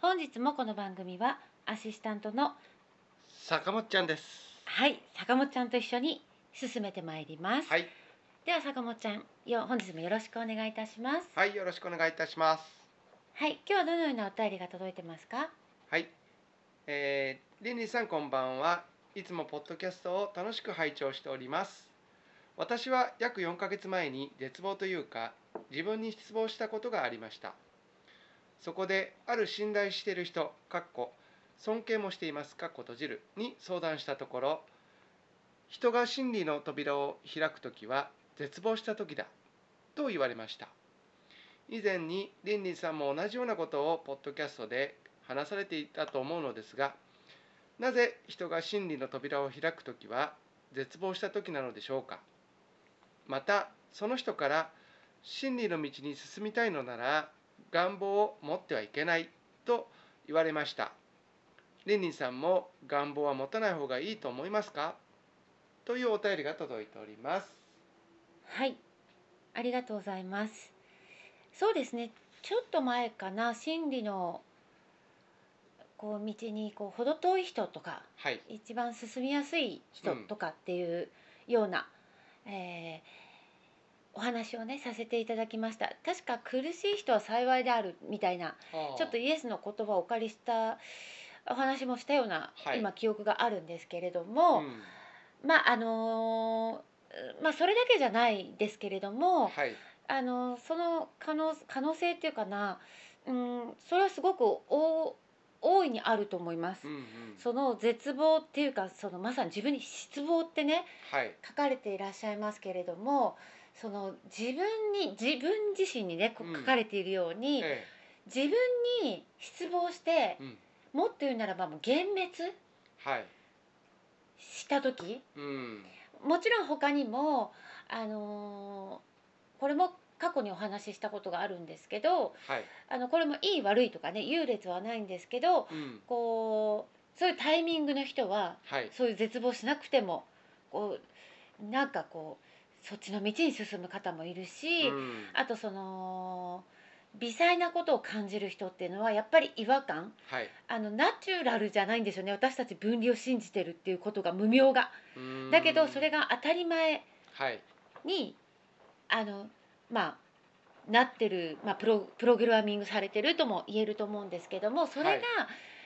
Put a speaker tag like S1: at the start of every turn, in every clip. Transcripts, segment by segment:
S1: 本日もこの番組はアシスタントの
S2: 坂本ちゃんです。
S1: はい坂本ちゃんと一緒に進めてまいります。
S2: はい、
S1: では坂本ちゃんよ本日もよろしくお願いいたします。
S2: はい、よろしくお願いいたします。
S1: はい今日はどのようなお便りが届いてますか。
S2: はい、えー、リンリンさんこんばんは。いつもポッドキャストを楽しく拝聴しております。私は約4ヶ月前に絶望というか自分に失望したことがありました。そこである信頼している人（かっこ尊敬もしています）かっこ閉じるに相談したところ、人が真理の扉を開くときは絶望したときだと言われました。以前にリンリンさんも同じようなことをポッドキャストで話されていたと思うのですがなぜ人が真理の扉を開くときは絶望したときなのでしょうかまたその人から真理の道に進みたいのなら願望を持ってはいけないと言われましたリンリンさんも願望は持たない方がいいと思いますかというお便りが届いております
S1: はい、ありがとうございます。そうですね、ちょっと前かな、心理のこう道にこう程遠い人とか、
S2: はい
S1: 一番進みやすい人とかっていうような、えーお話をねさせていただきました。確か苦しい人は幸いであるみたいな、ちょっとイエスの言葉をお借りしたお話もしたような、
S2: はい
S1: 今記憶があるんですけれども、
S2: うん
S1: まああのーまあそれだけじゃないですけれど
S2: は
S1: も、
S2: い
S1: あのーその可能可能性っていうかな、うん、それはすごく大大いにあると思います。
S2: うんうん
S1: その絶望っていうかそのまさに自分に失望ってね
S2: はい
S1: 書かれていらっしゃいますけれどもその自分に自分自身にねこう
S2: うん
S1: 書かれているように、
S2: え
S1: 自分に失望し
S2: え
S1: て
S2: うん
S1: もっと言うならばもう幻滅
S2: はい
S1: した時
S2: うん
S1: もちろん他にも、あのーこれも過去にお話ししたことがあるんですけど
S2: はい
S1: あのこれもいい悪いとかね優劣はないんですけど
S2: うん
S1: こうそういうタイミングの人は
S2: はい
S1: そういう絶望しなくてもこうなんかこうそっちの道に進む方もいるし、
S2: うん
S1: あとその微細なことを感じる人っていうのはやっぱり違和感
S2: はい
S1: あのナチュラルじゃないんですよね私たち分離を信じてるっていうことが無明が。
S2: うん
S1: だけどそれが当たり前
S2: はい
S1: にあのまあなってる、まあ、プロプログラミングされてるとも言えると思うんですけどもそれが、
S2: はい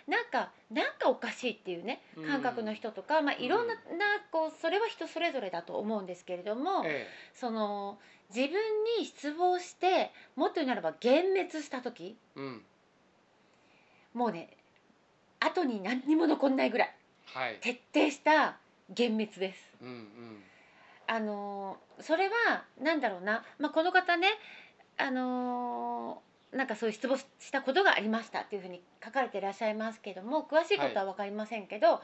S1: なんかなんかおかしいっていうね
S2: うん
S1: 感覚の人とか、まあ、いろんな,、
S2: う
S1: なこうそれは人それぞれだと思うんですけれども、
S2: え
S1: その自分に失望してもっと言うならば幻滅した時
S2: えうん
S1: もうね後に何にも残んないぐらい
S2: はい
S1: 徹底した幻滅です。
S2: うんうん
S1: あのーそれはなんだろうな、まあ、この方ね、あのーなんかそういう失望したことがありましたっていうふうに書かれていらっしゃいますけども詳しいことは分かりませんけ
S2: う
S1: ど、
S2: ん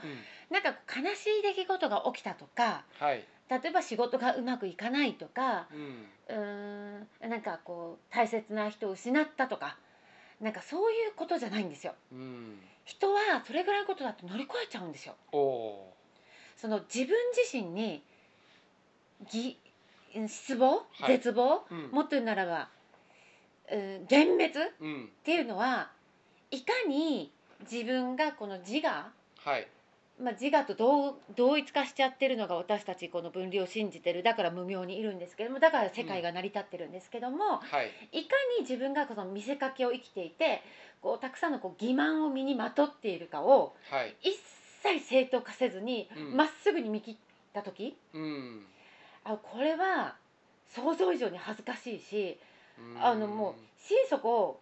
S1: なんか悲しい出来事が起きたとか
S2: はい
S1: 例えば仕事がうまくいかないとか
S2: うん
S1: うーんなんかこう大切な人を失ったとかなんかそういうことじゃないんですよ。
S2: うん
S1: 人はそれぐらいのことだって乗り越えちゃうんですよ。
S2: おお
S1: その自分自身にぎ失望、
S2: はい
S1: 絶望、
S2: ー。うん。
S1: もっと言うならば、うん、幻滅っ
S2: うん。
S1: ていうのはいかに自分がこの自我、
S2: はい。
S1: まあ、自我と同同一化しちゃってるのが私たちこの分離を信じてるだから無明にいるんですけどもだから世界が成り立ってるんですけども、
S2: はい。
S1: いかに自分がこの見せかけを生きていてこうたくさんのこう欺瞞を身にまとっているかを
S2: はい。
S1: 一切正当化せずに
S2: うん
S1: ま、っすぐに見切った時、
S2: うん。
S1: あこれは想像以上に恥ずかしいし、
S2: うん
S1: あのもう心底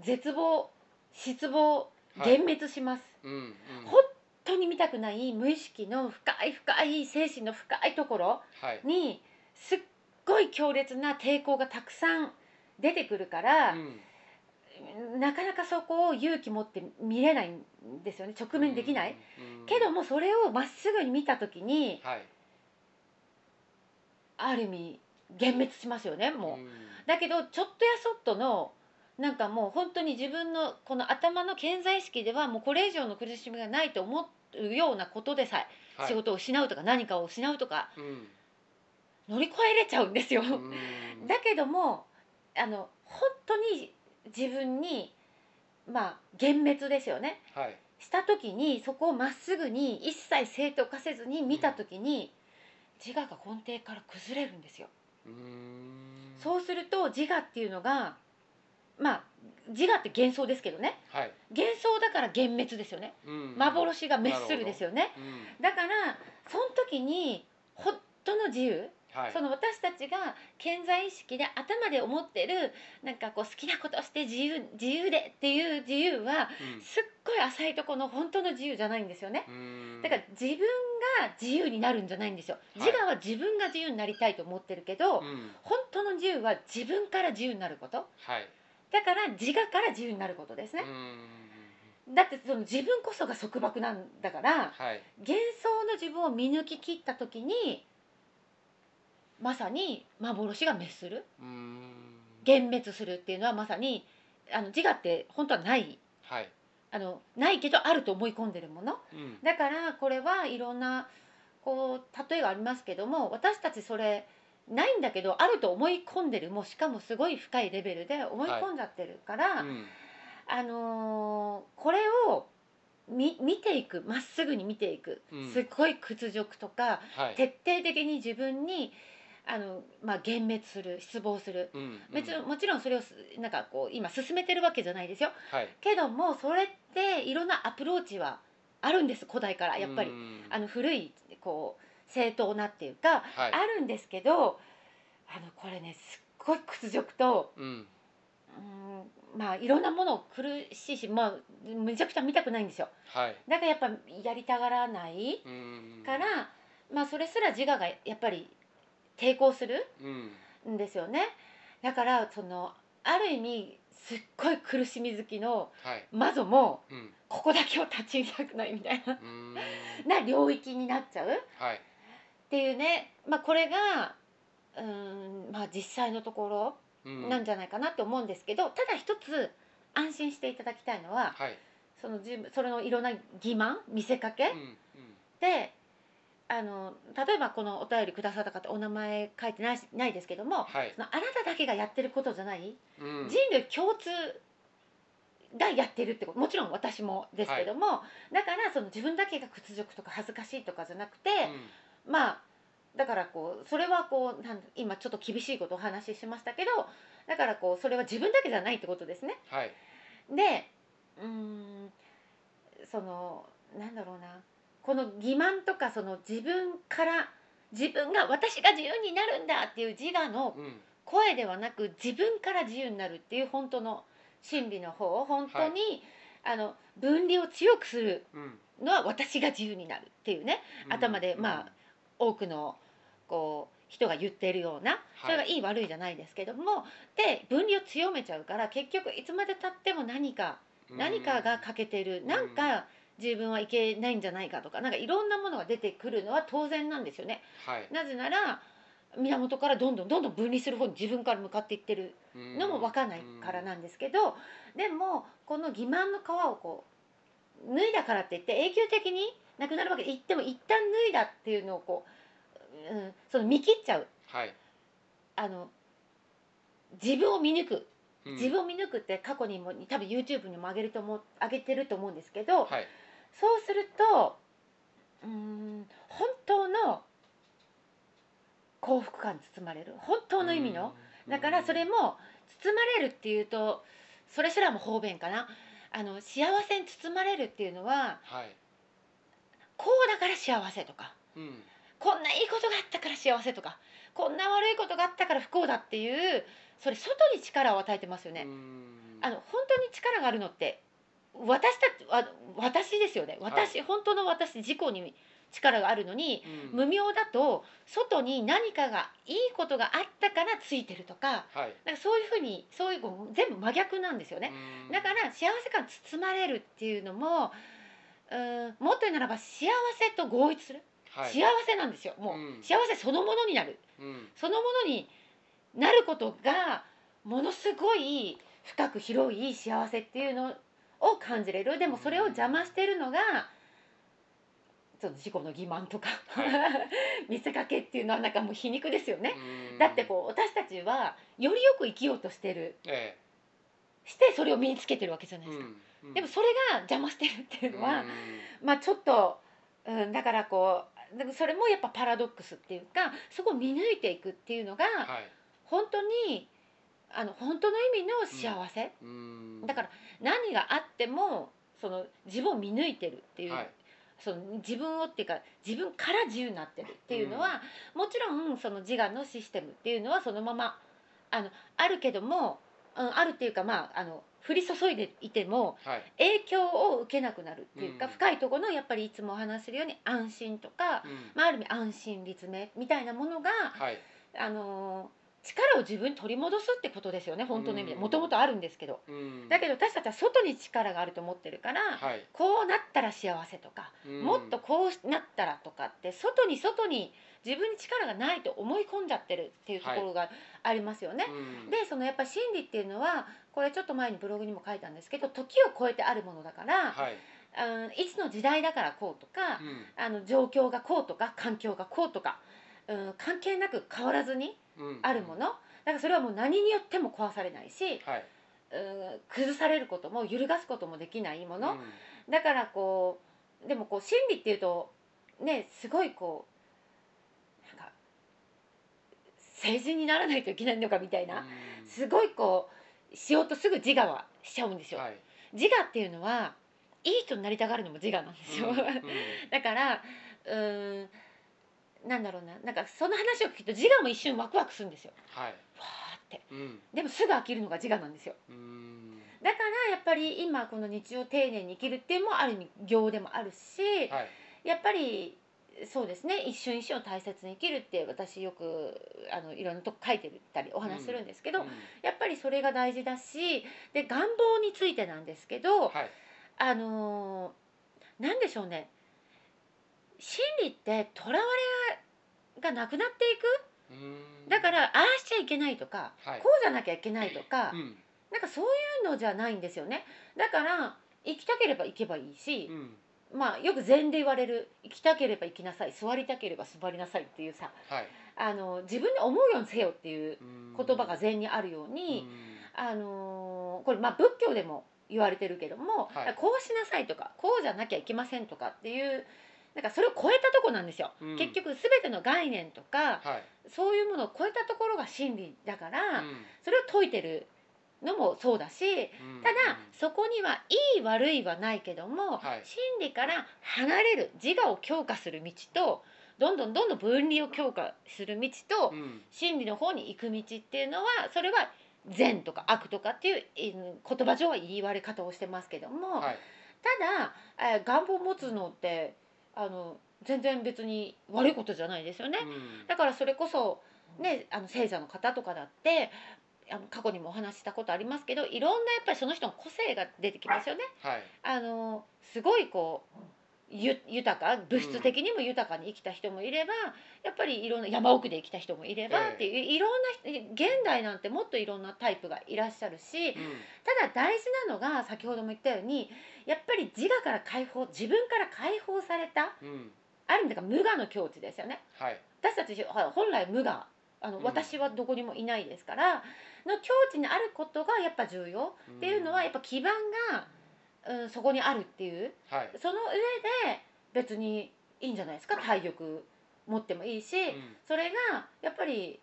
S1: 絶望失望
S2: はい
S1: 幻滅します、
S2: うん。うん。
S1: 本当に見たくない無意識の深い深い精神の深いところ
S2: はい。
S1: にすっごい強烈な抵抗がたくさん出てくるから、
S2: うん。
S1: なかなかそこを勇気持って見れないんですよね直面できない、
S2: うん。うん
S1: けど。もそれをまっすぐに見た時に
S2: はい。
S1: ある意味幻滅しますよねも
S2: う
S1: う。
S2: ん
S1: だけどちょっとやそっとのなんかもう本当に自分のこの頭の健在意識ではもうこれ以上の苦しみがないと思うようなことでさえ、
S2: はい。
S1: 仕事を失うとか何かを失うとか
S2: うん。
S1: 乗り越えれちゃうんですよ。
S2: うん。
S1: だけどもあの本当に自分にまあ幻滅ですよね
S2: はい。
S1: した時にそこをまっすぐに一切正当化せずに見た時に、自我が根底から崩れるんですよ。
S2: うん。
S1: そうすると自我っていうのがまあ自我って幻想ですけどね
S2: はい。
S1: 幻想だから幻滅ですよね
S2: うん。
S1: 幻が滅するですよね
S2: うん。
S1: だからその時に本当の自由、
S2: はい。
S1: その私たちが健在意識で頭で思ってるなんかこう好きなことして自由自由でっていう自由はすっごい浅いとこの本当の自由じゃないんですよね
S2: うん。
S1: だから自分が自由になるんじゃないんですよ
S2: は
S1: 自
S2: い
S1: 我は自分が自由になりたいと思ってるけど、
S2: うん。
S1: 本当の自由は自分から自由になること
S2: はい。
S1: だから自我から自由になることです
S2: う
S1: ね、
S2: ん。
S1: だってその自分こそが束縛なんだから
S2: はい。
S1: 幻想の自分を見抜き切った時にまさに幻が滅する
S2: うん。
S1: 幻滅するっていうのはまさにあの自我って本当はない
S2: はい。
S1: あのないけどあると思い込んでるもの
S2: うん。
S1: だからこれはいろんなこう例えがありますけども私たちそれないんだけどあると思い込んでるもうしかもすごい深いレベルで思い込んじゃってるから、
S2: うん。
S1: あのーこれを見見ていくまっすぐに見ていく、
S2: うん
S1: すっごい屈辱とか
S2: はい。
S1: 徹底的に自分にあの、まあ、幻滅する失望する。
S2: うん。
S1: 別に
S2: うん
S1: もちろんそれをすなんかこう今進めてるわけじゃないですよ
S2: はい。
S1: けどもそれっていろんなアプローチはあるんです古代からやっぱり
S2: うん
S1: あの古いこう正当なっていうか、
S2: はい
S1: あるんですけどあのこれねすっごい屈辱と
S2: うん
S1: うーんまあいろんなものを苦しいし、まあ、めちゃくちゃ見たくないんですよ
S2: はい
S1: だからやっぱやりたがらない
S2: うん
S1: から、まあそれすら自我がやっぱり抵抗する
S2: うん
S1: んですよねだからそのある意味すっごい苦しみ好きの
S2: はい
S1: 魔女も
S2: うん
S1: ここだけを立ち入りたくないみたいな
S2: うん
S1: な領域になっちゃう
S2: はい
S1: っていうね、まあ、これがうーん、まあ、実際のとこ
S2: う
S1: ろ
S2: ん
S1: なんじゃないかなと思うんですけど、ただ一つ安心していただきたいのは
S2: はい
S1: その自分それのいろんな欺瞞見せかけ
S2: うんうん
S1: であの例えばこのお便りくださった方お名前書いてないしないですけども
S2: はい
S1: そのあなただけがやってることじゃない、
S2: うん
S1: 人類共通がやってるってこともちろん私もですけども、だからその自分だけが屈辱とか恥ずかしいとかじゃなくて、
S2: うん
S1: まあだからこうそれはこうなん今ちょっと厳しいことをお話ししましたけどだからこうそれは自分だけじゃないってことですね。
S2: はい
S1: でうーんそのなんだろうなこの欺瞞とかその自分から自分が私が自由になるんだっていう自我の
S2: うん
S1: 声ではなく自分から自由になるっていう本当の真理の方を本当に、あの分離を強くする
S2: うん
S1: のは私が自由になるっていうね頭で
S2: うん
S1: まあ多くのこう人が言っているようなそれがいい悪いじゃないですけども、で分離を強めちゃうから結局いつまでたっても何か
S2: うん
S1: 何かが欠けてる、
S2: ん
S1: なんか自分はいけないんじゃないかとかなんかいろんなものが出てくるのは当然なんですよね。
S2: はい
S1: なぜなら源からどんどんどんどん分離する方に自分から向かっていってるのも分かんないからなんですけど、でもこの欺瞞の皮をこう脱いだからって言って永久的になくなるわけで言っても一旦脱いだっていうのをこう、うん、その見切っちゃう
S2: はい、
S1: あの自分を見抜く
S2: うん
S1: 自分を見抜くって過去にも多分 YouTube にも上げると思う上げてると思うんですけど、
S2: はい
S1: そうするとうーん本当の幸福感に包まれる本当の意味
S2: う
S1: の、
S2: ん
S1: だからそ
S2: う
S1: れ
S2: ん
S1: も包まれるっていうとそれすらも方便かなあの幸せに包まれるっていうのは
S2: はい、
S1: こうだから幸せとか
S2: うん、
S1: こんないいことがあったから幸せとかこんな悪いことがあったから不幸だっていうそれ外に力を与えてますよね
S2: う。ん
S1: あの本当に力があるのって私たちあ私ですよね私、本当の私自己に力があるのに
S2: うん
S1: 無名だと外に何かがいいことがあったからついてるとか
S2: はい、
S1: なんかそういうふうにそういうこう全部真逆なんですよね。
S2: うん
S1: だから幸せ感に包まれるっていうのもうーんもっと言うならば幸せと合一する、
S2: はい、
S1: 幸せなんですよもう、
S2: うん
S1: 幸せそのものになる
S2: うん
S1: そのものになることがものすごい深く広い幸せっていうのを感じれるでもそれを邪魔してるのがちょっと自己の欺瞞とか、
S2: は
S1: 見せかけっていうのはなんかもう皮肉ですよね。
S2: うん
S1: だってこう私たちはよりよく生きようとしてる
S2: え
S1: してそれを身につけてるわけじゃな
S2: え
S1: いですか、
S2: うん
S1: でもそれが邪魔してるっていうのは、
S2: うん
S1: まあちょっと、うん、だからこうだからそれもやっぱパラドックスっていうかそこを見抜いていくっていうのが、
S2: はい
S1: 本当にあの本当の意味の幸せ、
S2: うん
S1: だから何があってもその自分を見抜いてるっていう、
S2: はい
S1: その自分をっていうか自分から自由になってるっていうのは、もちろんその自我のシステムっていうのはそのままあのあるけども、うん、あるっていうかまああの降り注いでいても
S2: はい
S1: 影響を受けなくなるっていうか、
S2: うん
S1: 深いところのやっぱりいつもお話しするように安心とか、
S2: うん
S1: まあ、ある意味安心立命みたいなものが、
S2: はい
S1: あのー力を自分に取り戻すってことですよね本当の意味で
S2: うん
S1: もともとあるんですけど
S2: うん
S1: だけど私たちは外に力があると思ってるから、
S2: はい
S1: こうなったら幸せとか、もっとこうなったらとかって外に外に自分に力がないと思い込んじゃってるっていうところがありますよね。
S2: うん
S1: でそのやっぱ心理っていうのはこれちょっと前にブログにも書いたんですけど時を超えてあるものだから、
S2: はい
S1: うんいつの時代だからこうとか、
S2: う
S1: あの状況がこうとか環境がこうとか、うん、関係なく変わらずに
S2: んうん
S1: あるものだからそれはもう何によっても壊されないし、
S2: はい
S1: うん崩されることも揺るがすこともできないも
S2: う
S1: の、
S2: ん
S1: だからこうでもこう心理っていうとねすごいこうなんか成人にならないといけないのかみたいな、
S2: うん
S1: すごいこうしようとすぐ自我はしちゃうんですよ。
S2: はい
S1: 自我っていうのはいい人になりたがるのも自我なんです
S2: う
S1: よ。
S2: んうん
S1: だからうーんなんだろうななんかその話を聞くと自我も一瞬ワクワクするんですよ。
S2: はい
S1: わーって
S2: うん
S1: でもすぐ飽きるのが自我なんですよ
S2: うん
S1: だからやっぱり今この日常丁寧に生きるっていうのもある意味行でもあるし、
S2: はい
S1: やっぱりそうですね一瞬一瞬を大切に生きるって私よくあのいろんなとこ書いてたりお話しするんですけど、
S2: うん
S1: やっぱりそれが大事だしで願望についてなんですけど、
S2: はい
S1: あのーなんでしょうね心理ってとらわれがなくなっていく
S2: うん
S1: だからああしちゃいけないとか、
S2: はい
S1: こうじゃなきゃいけないとか、
S2: うん
S1: なんかそういうのじゃないんですよねだから行きたければ行けばいいし
S2: う、ん
S1: まあよく禅で言われる行きたければ行きなさい座りたければ座りなさいっていうさ
S2: はい
S1: あの自分で思うようにせよっていう
S2: うん
S1: 言葉が禅にあるよう
S2: う
S1: に、
S2: ん
S1: あのーこれまあ仏教でも言われてるけども、
S2: はい
S1: こうしなさいとかこうじゃなきゃいけませんとかっていうなんかそれを超えたとこなんですよ。
S2: うん
S1: 結局全ての概念とか
S2: はい
S1: そういうものを超えたところが真理だから、
S2: うん
S1: それを解いてるのもそうだし、
S2: うん
S1: ただそこにはいい悪いはないけども、
S2: はい
S1: 心理から離れる自我を強化する道とどんどんどんどん分離を強化する道と、
S2: うん
S1: 心理の方に行く道っていうのはそれは善とか悪とかっていうえー言葉上は言い割れ方をしてますけども、
S2: はい
S1: ただ、えー願望を持つのってあの全然別に悪いことじゃないですよね。
S2: うん
S1: だからそれこそねあの聖者の方とかだってあの過去にもお話ししたことありますけどいろんなやっぱりその人の個性が出てきますよね。
S2: はい
S1: あのすごいこうゆ豊か物質的にも豊かに生きた人もいれば、やっぱりいろんな山奥で生きた人もいれば
S2: ええ
S1: っていういろんな現代なんてもっといろんなタイプがいらっしゃるしただ大事なのが先ほども言ったようにやっぱり自我から解放自分から解放された
S2: うんうん
S1: ある意味だから無我の境地ですよね。
S2: はい
S1: 私たちほら本来無我あの、
S2: うん
S1: 私はどこにもいないですからの境地にあることがやっぱ重要
S2: っ
S1: っていうのはやっぱ基盤が、うん、そこにあるっていう
S2: ぱはい
S1: その上で別にいいんじゃないですか体力持ってもいいし、
S2: うん
S1: それがやっぱり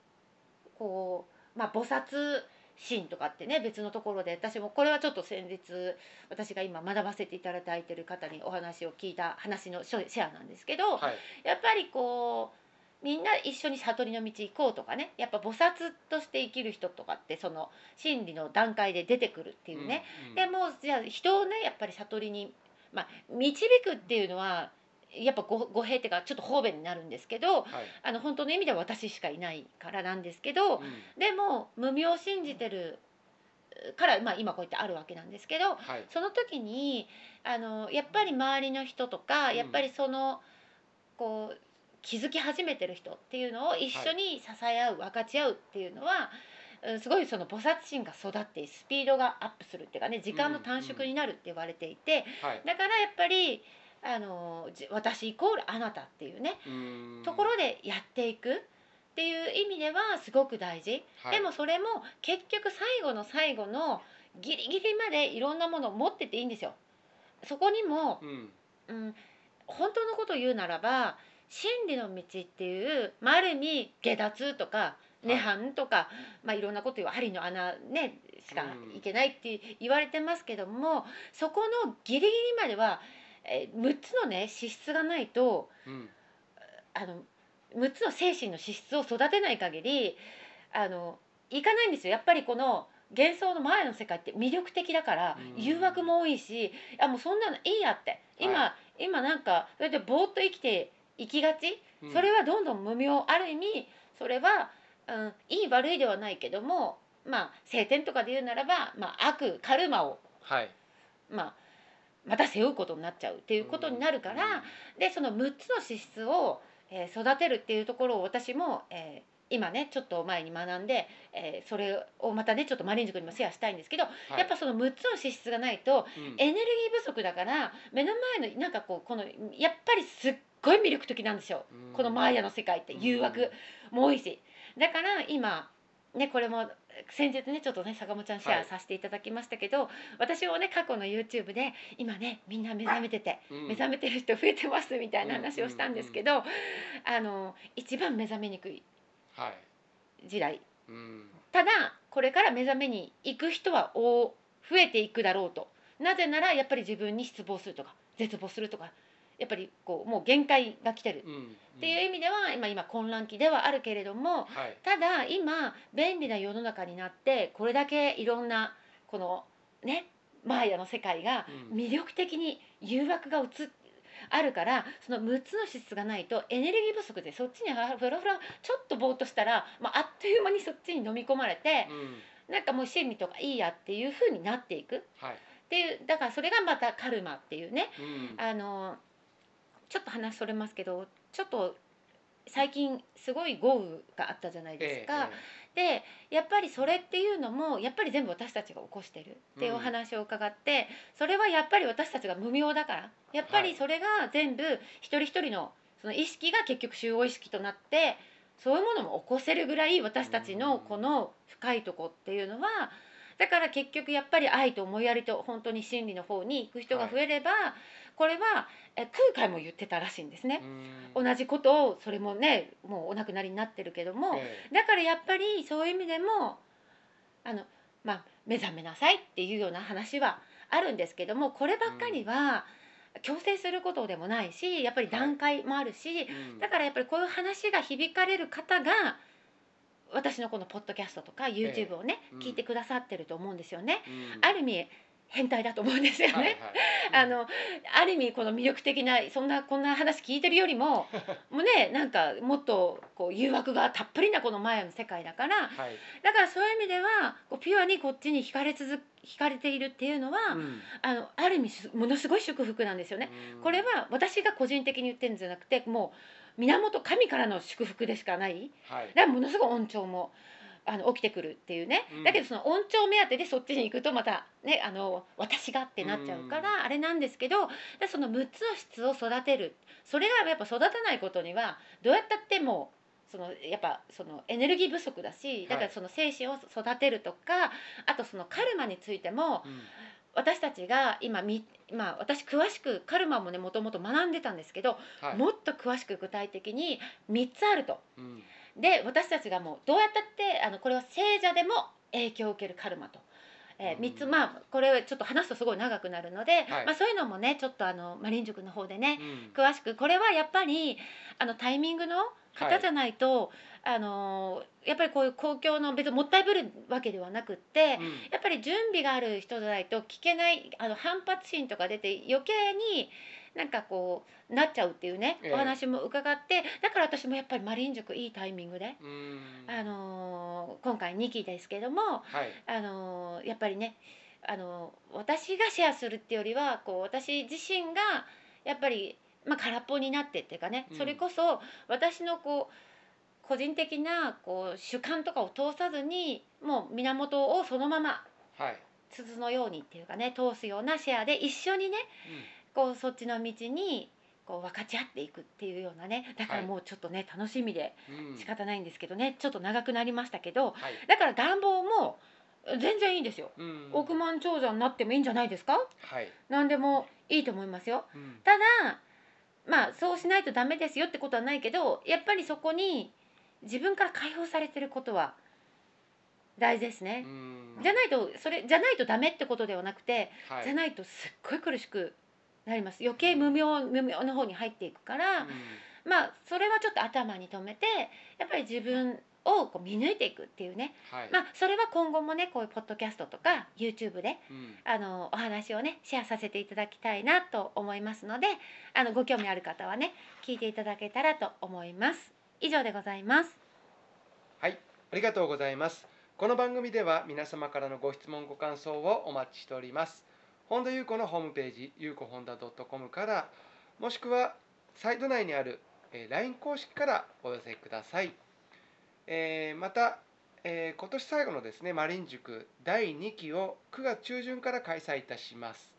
S1: こうまあ菩薩心とかってね別のところで私もこれはちょっと先日私が今学ばせていただいてる方にお話を聞いた話のシェシェアなんですけど、
S2: はい
S1: やっぱりこうみんな一緒に悟りの道行こうとかねやっぱ菩薩として生きる人とかってその真理の段階で出てくるっていうね、
S2: うん
S1: でもうじゃあ人をねやっぱり悟りに、まあ、導くっていうのはやっぱご語弊っていうかちょっと方便になるんですけど
S2: はい
S1: あの本当の意味では私しかいないからなんですけど、
S2: うん
S1: でも無明を信じてるから、まあ、今こうやってあるわけなんですけど
S2: はい
S1: その時にあのやっぱり周りの人とか
S2: うん
S1: やっぱりその、こう気づき始めてる人っていうのを一緒に支え合う、分かち合うっていうのは、うんすごいその菩薩心が育ってスピードがアップするっていうかね時間の短縮になるって言われていて、
S2: はい
S1: だからやっぱりあのじ私イコールあなたっていうね、
S2: うん
S1: ところでやっていくっていう意味ではすごく大事。
S2: はい
S1: でもそれも結局最後の最後のギリギリまでいろんなものを持ってていいんですよ。そこにも
S2: う、ん
S1: うん、本当のことを言うならば真理の道っていう、まあ、ある意味下脱とか
S2: はい
S1: 涅槃とか、まあ、いろんなこと言う針の穴、ね、しか
S2: うん
S1: いけないって言われてますけどもそこのギリギリまでは、えー6つのね資質がないと
S2: うん
S1: あの6つの精神の資質を育てない限りあのいかないんですよやっぱりこの幻想の前の世界って魅力的だから
S2: うん
S1: 誘惑も多いしあもうそんなのいいやって今、
S2: は
S1: 今なんかそれでぼーっと生きていきがち、
S2: うん
S1: それはどんどん無明ある意味それは、うん、いい悪いではないけどもまあ晴天とかで言うならば、まあ、悪カルマを、
S2: はい
S1: まあ、また背負うことになっちゃうっていうことになるから。でその6つの資質を、えー育てるっていうところを私も、えー今ねちょっと前に学んで、えーそれをまたねちょっとマリン塾にもシェアしたいんですけど、
S2: うん
S1: やっぱその6つの資質がないと
S2: はいうん
S1: エネルギー不足だから目の前のなんかこうこのやっぱりすっごい魅力的なんですよ、
S2: うん
S1: このマーヤの世界って誘惑も多いしだから今ねこれも先日ねちょっとね坂本ちゃんシェアさせていただきましたけど、私もね過去の YouTube で今ねみんな目覚めてて
S2: うん
S1: 目覚めてる人増えてますみたいな話をしたんですけど、あの一番目覚めにくい
S2: はい
S1: 時代
S2: うん
S1: ただこれから目覚めに行く人は大増えていくだろうとなぜならやっぱり自分に失望するとか絶望するとかやっぱりこうもう限界が来てるっ
S2: うん
S1: ていう意味では今今混乱期ではあるけれども
S2: はい
S1: ただ今便利な世の中になってこれだけいろんなこのねマーヤの世界が
S2: うん
S1: 魅力的に誘惑が移っあるからその6つの資質がないとエネルギー不足でそっちにふらふらちょっとぼーっとしたら、まあ、あっという間にそっちに飲み込まれて
S2: うん
S1: なんかもう心理とかいいやっていう風になっていくっ
S2: はい
S1: ていうだからそれがまたカルマっていうね
S2: うん
S1: あのちょっと話それますけどちょっと最近すごい豪雨があったじゃないですか。
S2: え
S1: でやっぱりそれっていうのもやっぱり全部私たちが起こしてるっていうお話を伺って、それはやっぱり私たちが無名だからやっぱ
S2: は
S1: り
S2: い
S1: それが全部一人一人のその意識が結局集合意識となってそういうものも起こせるぐらい私たちのこの深いとこっていうのはだから結局やっぱり愛と思いやりと本当に真理の方に行く人が増えれば、これはえ空海も言ってたらしいんです
S2: え
S1: ね。
S2: うん
S1: 同じことをそれもねもうお亡くなりになってるけども、
S2: え
S1: だからやっぱりそういう意味でもあの、まあ、目覚めなさいっていうような話はあるんですけどもこればっかりは強制することでもないしやっぱり段階もあるし、
S2: えうん
S1: だからやっぱりこういう話が響かれる方が私のこのポッドキャストとか YouTube をね、
S2: ええうん
S1: 聞いてくださってると思うんですよね。
S2: うん
S1: ある意味変態だと思うんですよね。
S2: はいはいうん
S1: あのある意味この魅力的なそんなこんな話聞いてるよ りももうねなんかもっとこう誘惑がたっぷりなこのマヤの世界だか
S2: は
S1: ら
S2: い、
S1: だからそういう意味ではこうピュアにこっちに惹かれ続惹かれているっていうのは、
S2: うん
S1: あのある意味すものすごい祝福なんですよね。
S2: うん
S1: これは私が個人的に言ってるんじゃなくてもう源神からの祝福でしかない
S2: はい
S1: だからものすごい恩情もあの起きてくるっていうね、
S2: うん
S1: だけどその恩情目当てでそっちに行くとまたねあの私がってなっちゃうから、あれなんですけどだからその6つの質を育てるそれがやっぱ育たないことにはどうやったってもうそのやっぱそのエネルギー不足だしだからその精神を育てるとか、あとそのカルマについても、
S2: うん
S1: 私たちが今み、まあ、私詳しくカルマもねもともと学んでたんですけど、
S2: はい
S1: もっと詳しく具体的に3つあると
S2: うん
S1: で私たちがもうどうやったってあのこれは聖者でも影響を受けるカルマと。えー、
S2: うん
S1: 3つまあこれはちょっと話すとすごい長くなるので、
S2: はい
S1: まあ、そういうのもねちょっとあのマリン塾の方でね
S2: うん
S1: 詳しくこれはやっぱりあのタイミングの
S2: は
S1: 方
S2: い
S1: じゃないと、あのやっぱりこういう公共の別にもったいぶるわけではなくって、
S2: うん
S1: やっぱり準備がある人じゃないと聞けないあの反発心とか出て余計になんかこうなっちゃうっていうね、
S2: ええ
S1: お話も伺ってだから私もやっぱりマリン塾いいタイミングで、
S2: うん
S1: あのー今回2期ですけども、
S2: はい
S1: あのーやっぱりね、あのー私がシェアするっていうよりはこう私自身がやっぱり、まあ、空っぽになってっていうかね、
S2: うん
S1: それこそ私のこう個人的なこう主観とかを通さずにもう源をそのまま
S2: はい
S1: 筒のようにっていうかね通すようなシェアで一緒にね
S2: うん
S1: こうそっちの道にこう分かち合っていくっていうようなねだからもうちょっとね、楽しみで
S2: うん
S1: 仕方ないんですけどねちょっと長くなりましたけど
S2: はい
S1: だから願望も全然いいですよ。
S2: うん
S1: 億万長者になってもいいんじゃないですか
S2: はい
S1: 何でもいいと思いますよ。
S2: うん
S1: ただまあそうしないとダメですよってことはないけどやっぱりそこに自分から解放されてることは大事ですね。
S2: うん
S1: じゃないとそれじゃないとダメってことではなくて
S2: はい
S1: じゃないとすっごい苦しくなります余計無明無明の方に入っていくから、
S2: う
S1: まあそれはちょっと頭に留めてやっぱり自分をこう見抜いていくっていうね、
S2: んはい
S1: まあ、それは今後もねこういうポッドキャストとか YouTube で
S2: うん
S1: あのお話をねシェアさせていただきたいなと思いますのであのご興味ある方はね聞いていただけたらと思います。以上でございます。
S2: はい、ありがとうございます。この番組では皆様からのご質問ご感想をお待ちしております。本田裕子のホームページ、ゆうこ本田 .com から、もしくはサイト内にある、えー LINE 公式からお寄せください。えーまた、えー今年最後のですね、マリン塾第2期を9月中旬から開催いたします。